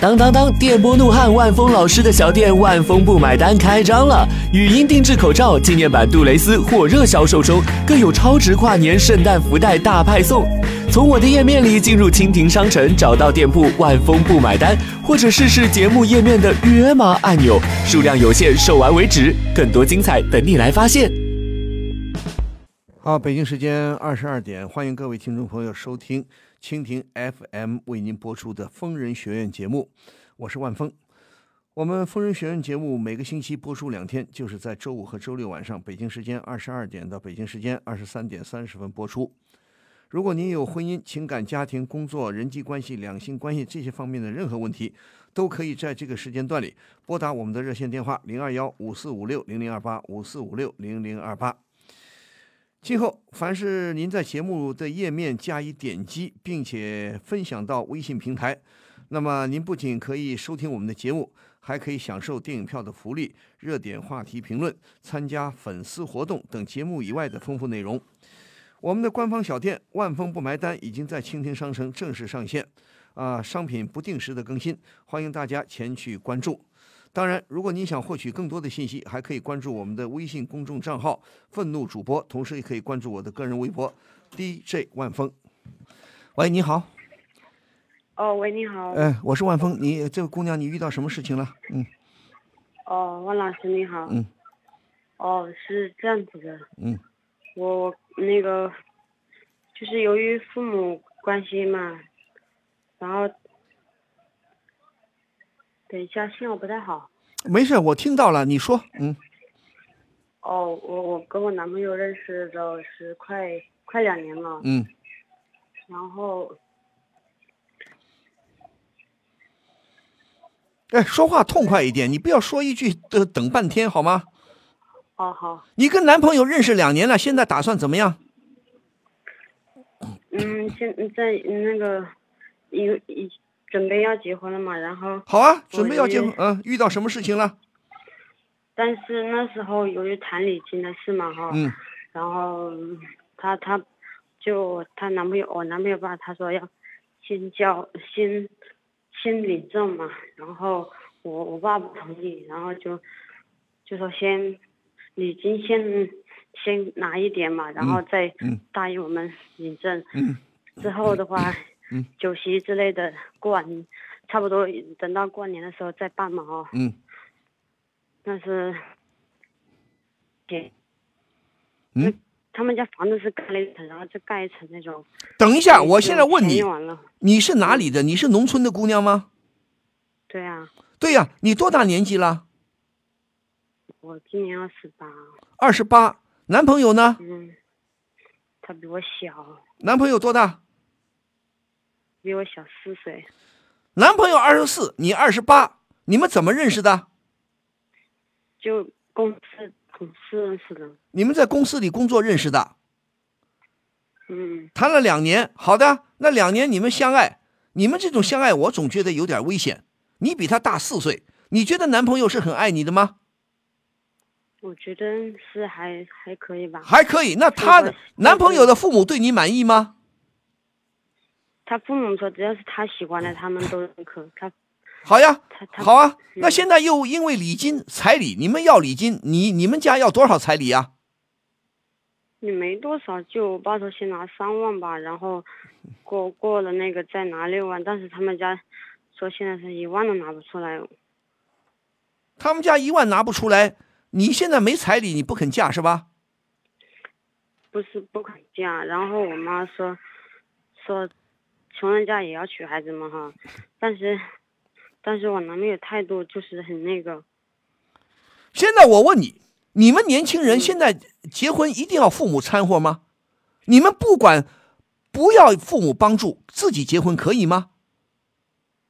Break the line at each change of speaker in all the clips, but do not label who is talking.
当当当！电波怒汉万峰老师的小店万峰不买单开张了，语音定制口罩纪念版杜蕾斯火热销售中，更有超值跨年圣诞福袋大派送。从我的页面里进入蜻蜓商城，找到店铺万峰不买单，或者试试节目页面的约吗按钮，数量有限，售完为止。更多精彩等你来发现。
好，北京时间二十二点，欢迎各位听众朋友收听蜻蜓 FM 为您播出的《疯人学院》节目，我是万峰。我们《疯人学院》节目每个星期播出两天，就是在周五和周六晚上，北京时间二十二点到北京时间二十三点三十分播出。如果您有婚姻、情感、家庭、工作、人际关系、两性关系这些方面的任何问题，都可以在这个时间段里拨打我们的热线电话零二幺五四五六零零二八五四五六零零二八。今后，凡是您在节目的页面加以点击，并且分享到微信平台，那么您不仅可以收听我们的节目，还可以享受电影票的福利、热点话题评论、参加粉丝活动等节目以外的丰富内容。我们的官方小店“万峰不埋单”已经在蜻蜓商城正式上线，啊、商品不定时的更新，欢迎大家前去关注。当然，如果您想获取更多的信息，还可以关注我们的微信公众账号“愤怒主播”，同时也可以关注我的个人微博 “DJ 万峰”。喂，你好，
哦，喂，你好，
哎，我是万峰，你这个姑娘，你遇到什么事情了？嗯
哦，万老师你好，
嗯，
哦，是这样子的，
嗯，
我我那个就是由于父母关系嘛，然后等一下信号不太好，
没事，我听到了，你说，嗯
哦，我我跟我男朋友认识的是快快两年了，
嗯，
然后
哎，说话痛快一点，你不要说一句呃等半天好吗？
哦好，
你跟男朋友认识两年了，现在打算怎么样？
嗯，现在那个已已准备要结婚了嘛，然后
好啊，准备要结婚
我，
嗯、遇到什么事情了？
但是那时候由于谈礼金的事嘛哈，
嗯
然后嗯她她就她男朋友，我男朋友吧，他说要先交先先领证嘛，然后我我爸不同意，然后就就说先礼金先先拿一点嘛，然后再
嗯
答应我们领证，
嗯
之后的话，
嗯
酒席之类的过完，差不多等到过年的时候再办嘛哦，
嗯
但是给
嗯，
他们家房子是盖了一层，然后就盖一层那种。
等一下，啊我现在问你
全，用完了，
你是哪里的？你是农村的姑娘吗？
对啊，
对呀、你多大年纪了？
我今年二十八，
二十八。男朋友呢？
嗯，他比我小，
男朋友多大？
比我小四岁。
男朋友二十四，你二十八，你们怎么认识的？
就公司同事认识的，
你们在公司里工作认识的，
嗯，
谈了两年。好的，那两年你们相爱，你们这种相爱，我总觉得有点危险。你比他大四岁，你觉得男朋友是很爱你的吗？
我觉得是还还可以吧。
还可以。那他的
是我
男朋友的父母对你满意吗？
他父母说，只要是他喜欢的，他们都认可。他
好呀，
他他
好啊。
嗯
那现在又因为礼金彩礼，你们要礼金，你你们家要多少彩礼啊呀、
也没多少，就我爸说先拿三万吧，然后过过了那个再拿六万，但是他们家说现在是一万都拿不出来，
他们家一万拿不出来，你现在没彩礼，你不肯嫁是吧？
不是不肯嫁。然后我妈说说穷人家也要娶孩子嘛哈，但是但是我男朋友态度就是很那个，
现在我问你，你们年轻人现在结婚一定要父母掺和吗？你们不管不要父母帮助，自己结婚可以吗？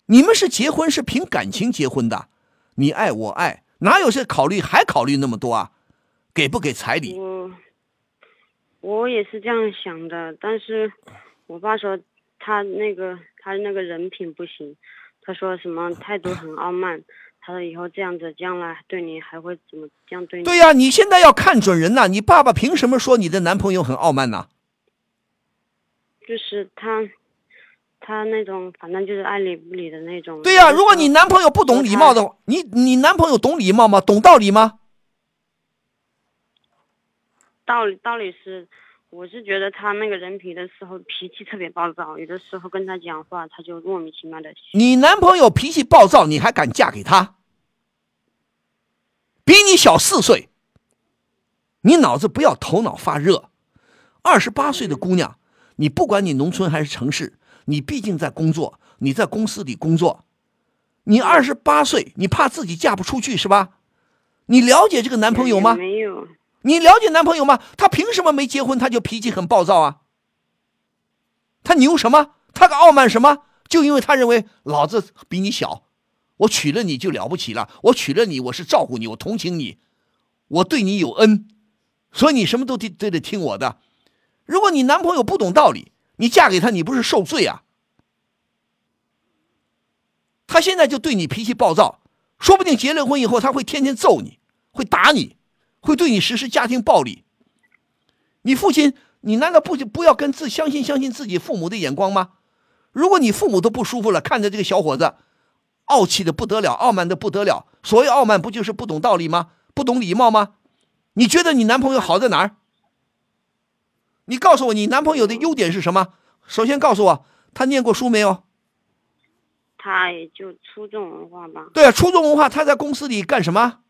你们是结婚是凭感情结婚的，你爱我爱，哪有是考虑还考虑那么多啊？给不给彩礼？
我我也是这样想的，但是我爸说他那个他那个人品不行，他说什么态度很傲慢，他说以后这样子将来对你还会怎么这样对你？
对呀、你现在要看准人呐、你爸爸凭什么说你的男朋友很傲慢呐、
就是他他那种反正就是爱理不理的那种。
对呀、如果你男朋友不懂礼貌的话，你你男朋友懂礼貌吗？懂道理吗？
道理道理是，我是觉得他那个人皮的时候脾气特别暴躁，有的时候跟他讲话他就莫名其妙的。
你男朋友脾气暴躁，你还敢嫁给他？比你小四岁，你脑子不要头脑发热。二十八岁的姑娘，你不管你农村还是城市，你毕竟在工作，你在公司里工作，你二十八岁，你怕自己嫁不出去是吧？你了解这个男朋友吗？
没有，
你了解男朋友吗？他凭什么没结婚他就脾气很暴躁啊？他牛什么？他个傲慢什么？就因为他认为老子比你小，我娶了你就了不起了，我娶了你我是照顾你，我同情你，我对你有恩，所以你什么都得都得听我的。如果你男朋友不懂道理，你嫁给他你不是受罪啊？他现在就对你脾气暴躁，说不定结了婚以后他会天天揍你，会打你，会对你实施家庭暴力。你父亲，你难道不不要跟自相信相信自己父母的眼光吗？如果你父母都不舒服了，看着这个小伙子，傲气的不得了，傲慢的不得了，所谓傲慢不就是不懂道理吗？不懂礼貌吗？你觉得你男朋友好在哪儿？你告诉我，你男朋友的优点是什么？首先告诉我，他念过书没有？
他也就初中文化吧。
对啊，初中文化，他在公司里干什么？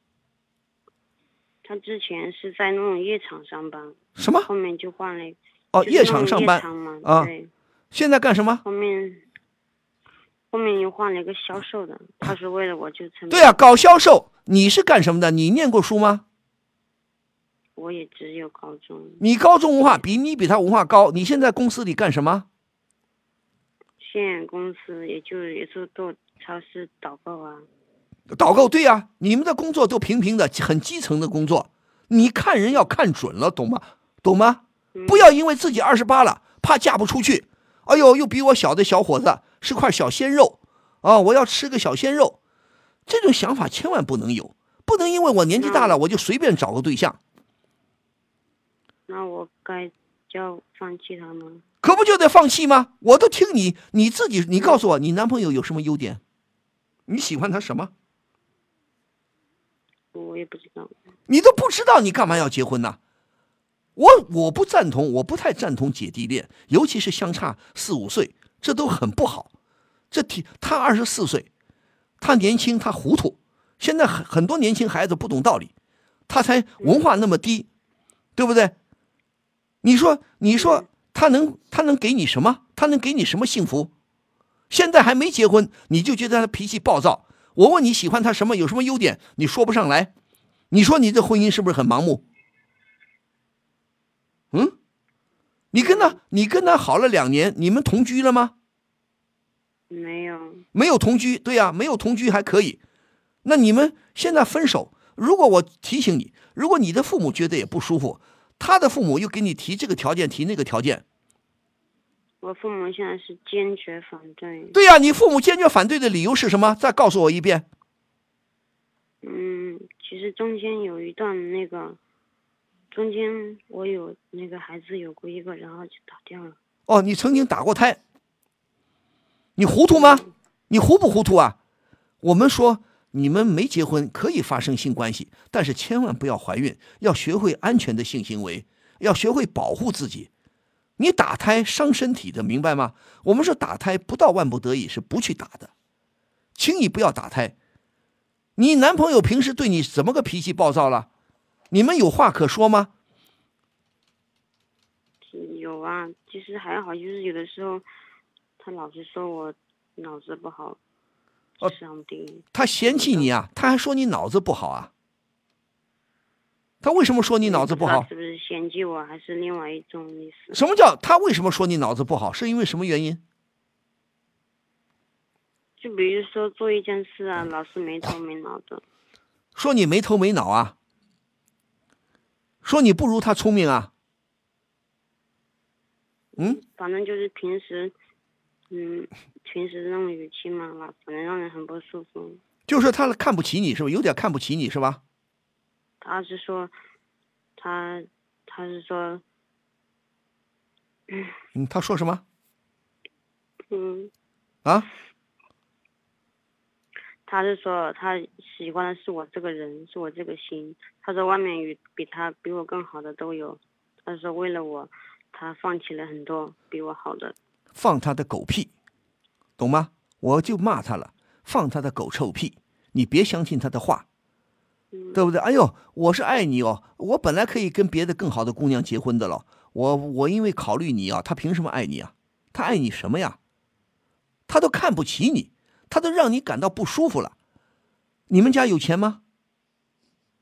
他之前是在那种夜场上班，
什么？
后面就换了一
哦，
就是
夜
那
场
种
上
夜
班
场嘛
啊
对，
现在干什么？
后面后面又换了一个销售的，他是为了我就成
对啊，搞销售。你是干什么的？你念过书吗？
我也只有高中
你高中文化比你比他文化高。你现在公司里干什么？
现在公司也就也是做超市导购啊，
导购。对呀、啊你们的工作都平平的，很基层的工作。你看人要看准了，懂吗？懂吗？不要因为自己二十八了，怕嫁不出去。哎呦，又比我小的小伙子是块小鲜肉啊！我要吃个小鲜肉，这种想法千万不能有，不能因为我年纪大了，我就随便找个对象。
那我该要放弃他吗？
可不就得放弃吗？我都听你，你自己，你告诉我，你男朋友有什么优点？你喜欢他什么？
我也不知道，
你都不知道，你干嘛要结婚呢？我我不赞同，我不太赞同姐弟恋，尤其是相差四五岁，这都很不好。这挺他二十四岁，他年轻，他糊涂。现在很很多年轻孩子不懂道理，他才文化那么低，对不对？你说，你说他能他能给你什么？他能给你什么幸福？现在还没结婚，你就觉得他脾气暴躁。我问你喜欢他什么，有什么优点，你说不上来。你说你这婚姻是不是很盲目？嗯，你跟他，你跟他好了两年，你们同居了吗？
没有，
没有同居，对呀、没有同居还可以。那你们现在分手，如果我提醒你，如果你的父母觉得也不舒服，他的父母又给你提这个条件，提那个条件，
我父母现在是坚决反对。
对呀、你父母坚决反对的理由是什么？再告诉我一遍。
嗯，其实中间有一段那个，中间我有那个孩子有过一个，然后就打掉了。
哦，你曾经打过胎，你糊涂吗？你糊不糊涂啊？我们说你们没结婚可以发生性关系，但是千万不要怀孕，要学会安全的性行为，要学会保护自己。你打胎伤身体的，明白吗？我们说打胎不到万不得已是不去打的，轻易不要打胎。你男朋友平时对你怎么个脾气暴躁了？你们有话可说吗？
有啊，其实还好，就是有的时候，他老是说我脑子不好，
哦
智商低。
他嫌弃你啊，他还说你脑子不好啊。他为什么说你脑子不
知道
好？
是不是嫌弃我，还是另外一种意思？
什么叫他为什么说你脑子不好？是因为什么原因？
就比如说做一件事啊，老是没头没脑的。
说你没头没脑啊？说你不如他聪明啊？
反正就是平时，嗯，平时那种语气嘛，老反正让人很不舒服。
就是他看不起你是吧？有点看不起你是吧？
他是说，他他是说，
嗯，他说什么？
嗯，
啊？
他是说他喜欢的是我这个人，是我这个心。他说外面与比他比我更好的都有，他说为了我，他放弃了很多比我好的。
放他的狗屁，懂吗？我就骂他了，放他的狗臭屁！你别相信他的话，
嗯
对不对？哎呦，我是爱你哦，我本来可以跟别的更好的姑娘结婚的了，我我因为考虑你啊，他凭什么爱你啊？他爱你什么呀？他都看不起你，他都让你感到不舒服了。你们家有钱吗？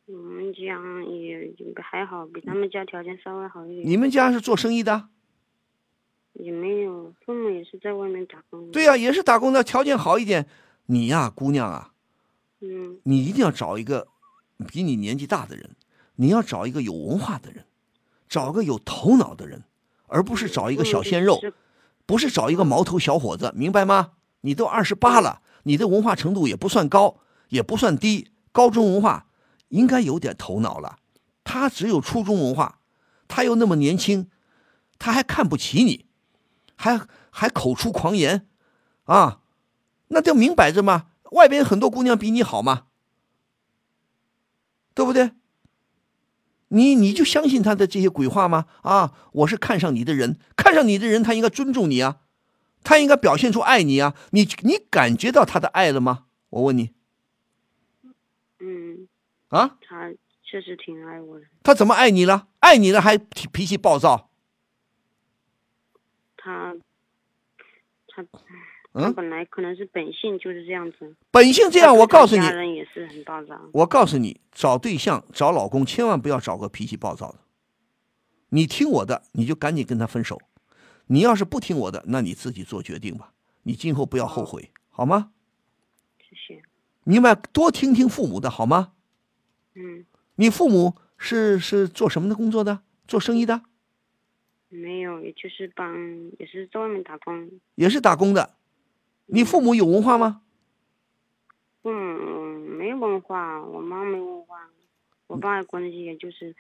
我们家嗯也也还好，比他们家条件稍微好一点。
你们家是做生意的？
也没有，父母也是在外面打工。
对、呀、也是打工的，条件好一点。你呀、姑娘啊，
嗯
你一定要找一个比你年纪大的人，你要找一个有文化的人，找个有头脑的人，而不是找一个小鲜肉
嗯，是
不是找一个毛头小伙子，明白吗？你都二十八了，你的文化程度也不算高，也不算低，高中文化应该有点头脑了。他只有初中文化，他又那么年轻，他还看不起你，还还口出狂言，啊，那就明摆着嘛，外边很多姑娘比你好嘛，对不对？你你就相信他的这些鬼话吗？啊，我是看上你的人，看上你的人，他应该尊重你啊，他应该表现出爱你啊，你你感觉到他的爱了吗？我问你
嗯，
啊，
他确实挺爱我的。
他怎么爱你了？爱你了还脾脾气暴躁？
他他他
嗯，
本来可能是本性就是这样子。
本性这
他
样，
对
我
他
告诉你
家，人也是很暴躁。
我告诉你，找对象找老公千万不要找个脾气暴躁的。你听我的，你就赶紧跟他分手；你要是不听我的，那你自己做决定吧，你今后不要后悔，好吗？
谢谢。
明白？多听听父母的好吗？
嗯，
你父母是是做什么的工作的？做生意的，
没有，也就是帮，也是在外面打工。
也是打工的。你父母有文化吗？
嗯，没文化，我妈没文化，我爸关系也就是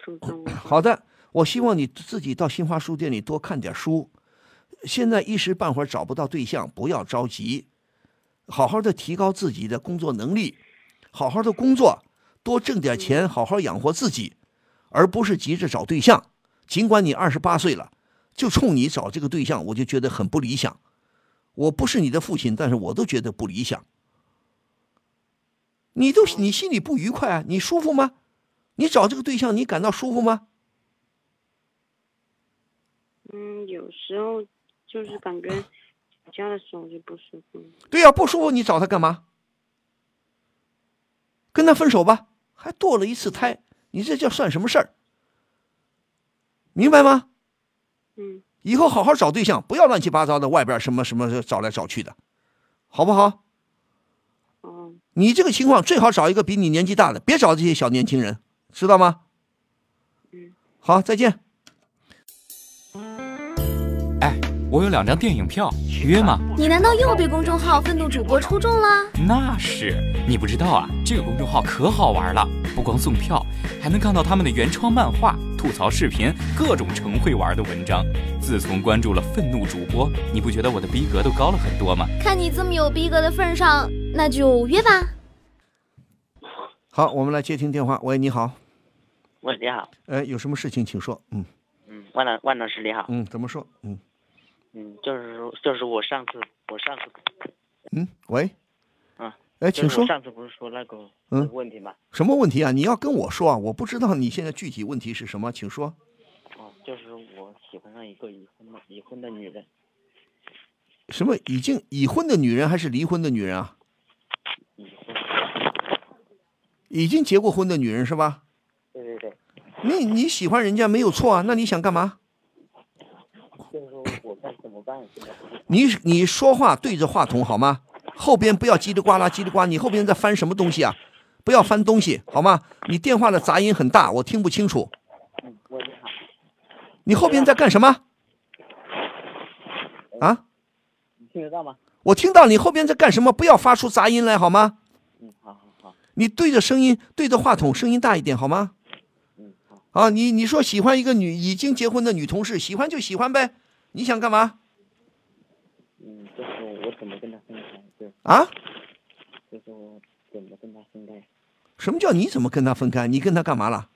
初中。
哦好的，我希望你自己到新华书店里多看点书。现在一时半会儿找不到对象，不要着急，好好的提高自己的工作能力，好好的工作，多挣点钱，好好养活自己，而不是急着找对象。尽管你二十八岁了，就冲你找这个对象，我就觉得很不理想。我不是你的父亲，但是我都觉得不理想。你都你心里不愉快啊？你舒服吗？你找这个对象，你感到舒服吗？
嗯，有时候就是感觉吵架的时候就不舒服。
对呀、不舒服你找他干嘛？跟他分手吧，还堕了一次胎，你这叫算什么事儿？明白吗？
嗯，
以后好好找对象，不要乱七八糟的外边什么什么找来找去的，好不好？
哦，
你这个情况最好找一个比你年纪大的，别找这些小年轻人，知道吗？
嗯，
好，再见。
我有两张电影票，约吗？
你难道又被公众号“愤怒主播”抽中了？
那是，你不知道啊，这个公众号可好玩了，不光送票，还能看到他们的原创漫画、吐槽视频、各种成会玩的文章。自从关注了愤怒主播，你不觉得我的逼格都高了很多吗？
看你这么有逼格的份上，那就约吧。
好，我们来接听电话。喂，你好，
喂，嗯你好，
呃，有什么事情请说。嗯
嗯，万老万老师你好，
嗯，怎么说？嗯
嗯，就是说就是我上次我上次
嗯，喂，
啊，
哎，
就
请
是
说
我。上次不是说那个
嗯
问题吗？
什么问题啊？你要跟我说啊，我不知道你现在具体问题是什么，请说。
哦，就是我喜欢上一个已婚的已婚的女人，
什么已经已婚的女人还是离婚的女人啊？
已婚，
已经结过婚的女人是吧？
对对对，
你你喜欢人家没有错啊，那你想干嘛？
就是说我该怎么办？
你你说话对着话筒好吗？后边不要叽里呱啦叽里呱，你后边在翻什么东西啊？不要翻东西好吗？你电话的杂音很大，我听不清楚。
嗯，喂，你好，
你后边在干什么？啊？
你听得到吗？
我听到你后边在干什么？不要发出杂音来好吗？
嗯，好好好，
你对着声音，对着话筒，声音大一点好吗？
嗯好，
啊，你你说喜欢一个女已经结婚的女同事，喜欢就喜欢呗，你想干嘛？
嗯，我怎么跟他分开？对，
啊？
就是我怎么跟他分开？
什么叫你怎么跟他分开？你跟他干嘛了？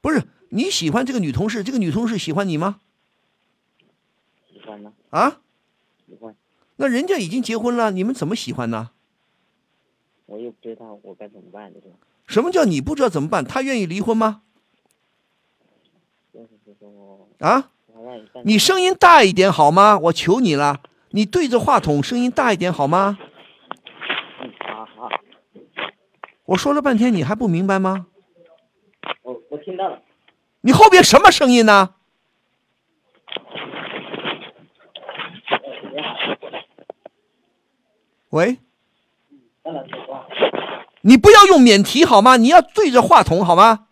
不是你喜欢这个女同事，这个女同事喜欢你吗？
喜欢呢？
啊？
喜欢，
那人家已经结婚了，你们怎么喜欢呢？
我又不知道我该怎么办，就是，
什么叫你不知道怎么办？他愿意离婚吗？
就是就是我，
啊？
我让你干
你声音大一点好吗？我求你了，你对着话筒声音大一点好吗？
啊啊！
我说了半天你还不明白吗？
我我听到了，
你后边什么声音呢？喂，
当然说话，
你不要用免提好吗？你要对着话筒好吗？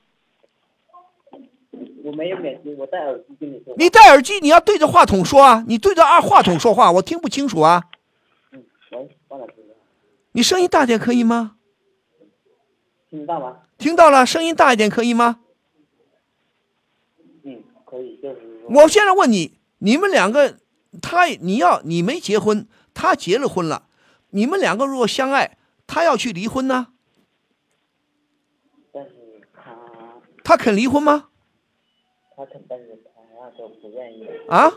我没有免提，我戴耳机跟你说话。
你戴耳机，你要对着话筒说啊！你对着二话筒说话，我听不清楚啊！
嗯，喂，当然听到，
你声音大点可以吗？
听得到吗？
听到了，声音大一点可以吗？
嗯，可以，就是说，
我现在问你，你们两个，他你要你没结婚，他结了婚了，你们两个如果相爱，他要去离婚呢？
但是他
他肯离婚吗？
他肯，但是他那时候不愿意，
啊，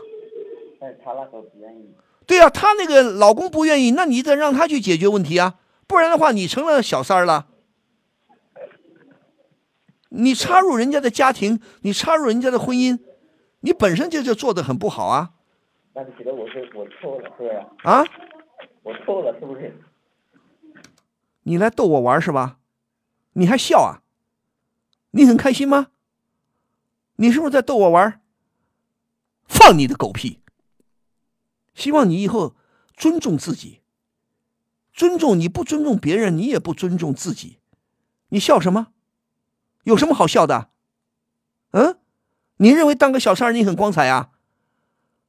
但是他那时候不愿意，
对啊，他那个老公不愿意，那你得让他去解决问题啊，不然的话你成了小三儿了。你插入人家的家庭，你插入人家的婚姻，你本身就就做的很不好啊
但是觉得我是我错了，是不是？
啊！
我错了，是不是？
你来逗我玩儿是吧？你还笑啊？你很开心吗？你是不是在逗我玩儿？放你的狗屁！希望你以后尊重自己，尊重你不尊重别人，你也不尊重自己。你笑什么？有什么好笑的？嗯？你认为当个小三儿你很光彩啊？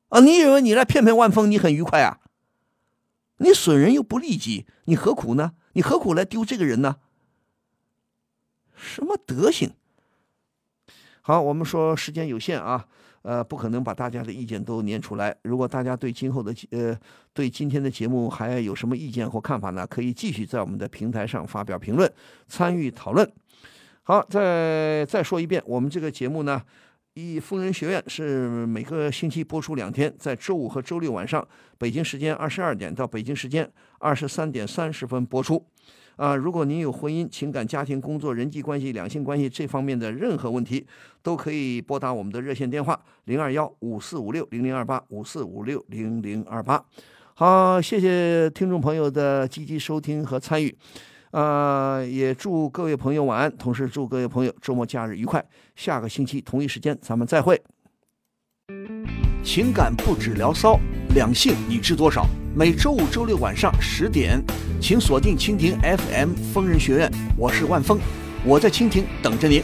啊，你以为你来骗骗万峰你很愉快啊？你损人又不利己，你何苦呢？你何苦来丢这个人呢？什么德行？好，我们说时间有限啊，呃，不可能把大家的意见都念出来。如果大家对今后的呃对今天的节目还有什么意见或看法呢，可以继续在我们的平台上发表评论，参与讨论。好，再再说一遍，我们这个节目呢，一疯人学院是每个星期播出两天，在周五和周六晚上北京时间二十二点到北京时间二十三点三十分播出。啊，如果您有婚姻、情感、家庭、工作、人际关系、两性关系这方面的任何问题，都可以拨打我们的热线电话零二幺五四五六零零二八五四五六零零二八。好，谢谢听众朋友的积极收听和参与。呃，也祝各位朋友晚安，同时祝各位朋友周末假日愉快。下个星期同一时间咱们再会。
情感不止聊骚，两性你知多少？每周五、周六晚上十点，请锁定蜻蜓 FM 疯人学院，我是万峰，我在蜻蜓等着您。